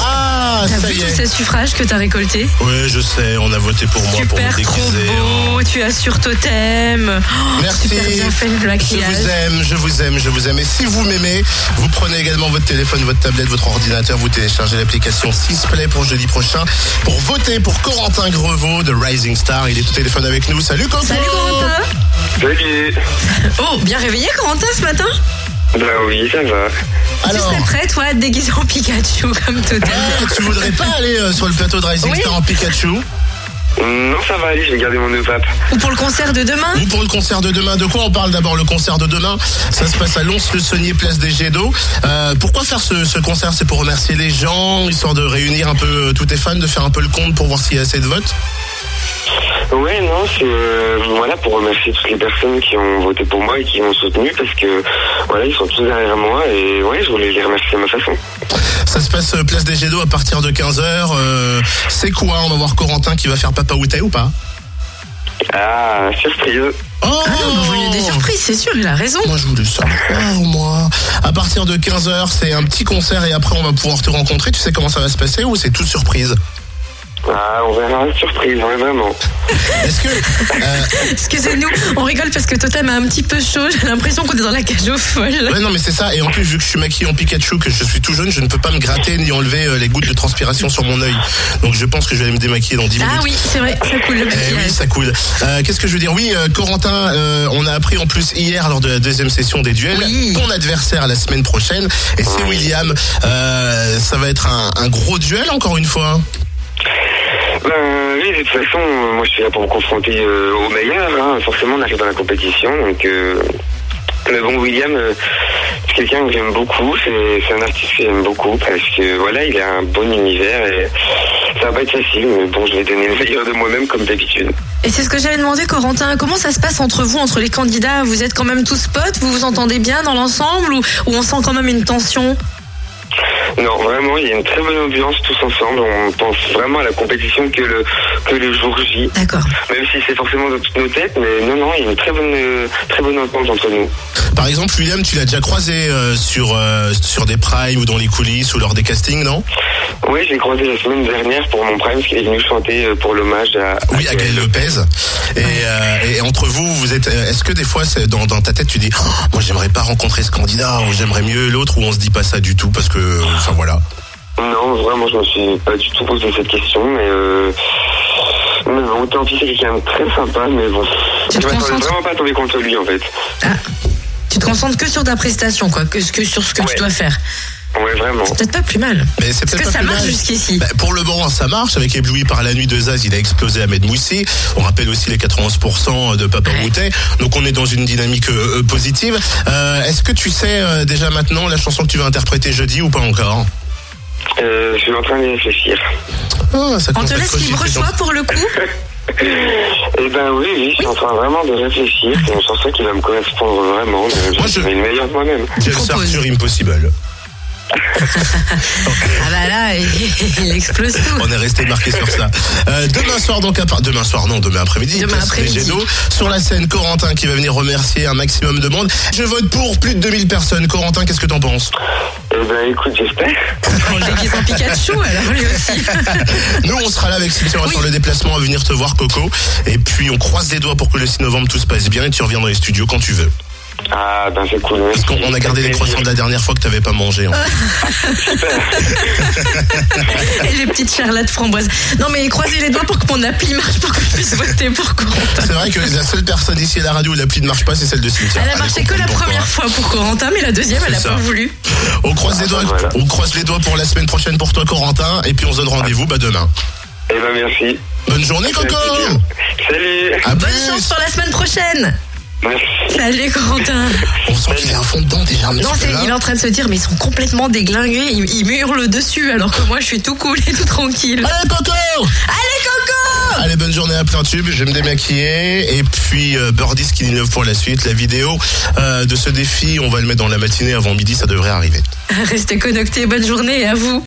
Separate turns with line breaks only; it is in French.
Ah,
suffrages que t'as récoltés
Oui, je sais, on a voté pour moi pour me
Super, trop
déguiser. Oh. hein.
beau, tu assures totem. Oh,
Merci.
Super bien fait le
Je
maquillage.
vous aime, je vous aime, je vous aime. Et si vous m'aimez, vous prenez également votre téléphone, votre tablette, votre ordinateur, vous téléchargez l'application Sisplay pour jeudi prochain pour voter pour Corentin Grevaux de Rising Star. Il est au téléphone avec nous. Salut Corentin.
Salut Corentin
Salut
Oh, bien réveillé Corentin ce matin
Bah oui, ça va.
Alors,
Tu serais prêt toi à te déguiser en Pikachu comme totem
ah, tu voudrais pas aller euh, sur le plateau de Rising
Oui.
Star en Pikachu
Non, ça va aller, je vais garder mon opape.
Ou pour le concert de demain
Ou pour le concert de demain De quoi on parle d'abord Le concert de demain, ça se passe à Lons-le-Saunier, place des Jets d'eau. Euh, pourquoi faire ce, ce concert C'est pour remercier les gens, histoire de réunir un peu euh, tous tes fans, de faire un peu le compte pour voir s'il y a assez de votes
Ouais, non, c'est euh, voilà pour remercier toutes les personnes qui ont voté pour moi et qui m'ont soutenu parce que voilà, ils sont tous derrière moi et ouais, je voulais les remercier à ma façon.
Ça se passe euh, place des Jets d'eau à partir de 15h. c'est quoi On va voir Corentin qui va faire Papa Outé ou pas
Ah, surprise.
Oh
Ah non, mais il y a des surprises, c'est sûr, il a raison.
Moi, je voulais ça. Oh, moi. À partir de 15h, c'est un petit concert et après, on va pouvoir te rencontrer. Tu sais comment ça va se passer ou c'est toute surprise
Ah, on verra, surprise, ouais, vraiment.
Est-ce que. euh,
Excusez-nous, on rigole parce que Totem a un petit peu chaud, j'ai l'impression qu'on est dans la cage aux folles.
Ouais, non, mais c'est ça. Et en plus, vu que je suis maquillé en Pikachu, que je suis tout jeune, je ne peux pas me gratter ni enlever euh, les gouttes de transpiration sur mon œil. Donc, je pense que je vais aller me démaquiller dans 10
Ah
minutes.
oui, c'est vrai, ça coule le
Eh oui,
maquillage.
ça coule. Euh, Qu'est-ce que je veux dire Oui, euh, Corentin, euh, on a appris en plus hier lors de la deuxième session des duels
Oui.
ton adversaire la semaine prochaine. Et c'est William. Euh, ça va être un, un gros duel encore une fois.
Ben oui, de toute façon, euh, moi je suis là pour me confronter euh, au meilleur, hein. forcément on arrive dans la compétition, donc... euh, Mais bon, William, euh, c'est quelqu'un que j'aime beaucoup, c'est c'est un artiste que j'aime beaucoup, parce que voilà, il a un bon univers et ça va pas être facile, mais bon, je vais donner le meilleur de moi-même comme d'habitude.
Et c'est ce que j'avais demandé, Corentin, comment ça se passe entre vous, entre les candidats Vous êtes quand même tous potes, vous vous entendez bien dans l'ensemble ou, ou on sent quand même une tension
Non, vraiment, il y a une très bonne ambiance tous ensemble, on pense vraiment à la compétition que le, que le jour J,
D'accord.
même si c'est forcément dans toutes nos têtes, mais non, non, il y a une très bonne, euh, très bonne entente entre nous.
Par exemple, William, tu l'as déjà croisé euh, sur euh, sur des primes ou dans les coulisses ou lors des castings, non
Oui, je l'ai croisé la semaine dernière pour mon prime, parce qu'il est venu chanter euh, pour l'hommage à.
Oui, à Gaël Lopez. Et, euh, et entre vous, vous êtes. euh, Est-ce que des fois, c'est dans, dans ta tête, tu dis, Oh, moi, j'aimerais pas rencontrer ce candidat, ou j'aimerais mieux l'autre, ou on se dit pas ça du tout, parce que, enfin voilà.
Non, vraiment, je me suis pas du tout posé cette question, mais. Euh... Mais bon, tant pis, c'est quelqu'un de très sympa, mais bon.
Tu te
Je m'attendais
concentres
vraiment pas à tomber contre lui, en fait.
Ah, tu te concentres que sur ta prestation, quoi, que, que sur ce que
Ouais.
tu dois faire.
Ouais, vraiment.
Peut-être pas plus mal.
Mais c'est
Est-ce
peut-être
que
pas
ça
plus
marche
mal.
jusqu'ici
Bah, pour le moment, ça marche. Avec Ébloui par la nuit de Zaz, il a explosé Ahmed Moussi. On rappelle aussi les 91% de Papa
Ouais.
Moutet. Donc, on est dans une dynamique euh, euh, positive. Euh, Est-ce que tu sais euh, déjà maintenant la chanson que tu vas interpréter jeudi ou pas encore
Euh, je suis en train de réfléchir.
Ah, ça
On
commence
te
à
laisse
cogiter
libre
dans-
choix pour le coup
Eh ben oui, oui, je suis en train vraiment de réfléchir. C'est une chanson qui va me correspondre vraiment. mais
Moi,
je
je-
vais le meilleur de moi-même.
Quelle
propose.
sort sur Impossible
Ah bah là, il explose tout.
On est resté marqué sur ça. Euh, demain soir, donc, à part... demain soir, non, demain après-midi.
Demain
place des
après-midi.
Jets d'eau. Sur la scène, Corentin qui va venir remercier un maximum de monde. Je vote pour plus de 2000 personnes. Corentin, qu'est-ce que t'en penses
Eh ben écoute, j'espère.
On le déguise en Pikachu alors lui aussi.
Nous, on sera là avec Cynthia
Oui.
sur le déplacement à venir te voir, Coco. Et puis, on croise les doigts pour que le 6 novembre tout se passe bien et tu reviens dans les studios quand tu veux.
Ah, ben c'est cool.
Parce qu'on on a gardé les croissants de la dernière fois que t'avais pas mangé. hein. en fait.
Et les petites charlates framboises. Non mais croisez les doigts pour que mon appli marche, pour que je puisse voter pour Corentin.
C'est vrai que la seule personne ici à la radio où l'appli ne marche pas, c'est celle de Cynthia.
Elle a
Allez,
marché que
comprends
la
pourquoi.
première fois pour Corentin, mais la deuxième, elle a
C'est
pas
ça.
voulu.
hein. On croise, les doigts,
Voilà.
on croise les doigts pour la semaine prochaine pour toi, Corentin. Et puis, on se donne rendez-vous bah, demain.
Eh ben merci.
Bonne journée, Coco
Salut.
À
Bonne
plus.
chance pour la semaine prochaine.
Merci.
Salut Corentin.
On sent qu'il est à fond dedans déjà. mais
Non,
jusque
c'est-
là.
il est en train de se dire, mais ils sont complètement déglingués, ils, ils hurlent dessus, alors que moi je suis tout cool et tout tranquille.
Allez, Coco
Allez Coco
Allez, bonne journée à plein tube. Je vais me démaquiller. Et puis, euh, Birdie Skinny Love pour la suite. La vidéo euh, de ce défi, on va le mettre dans la matinée avant midi. Ça devrait arriver.
Restez connectés, bonne journée et à vous.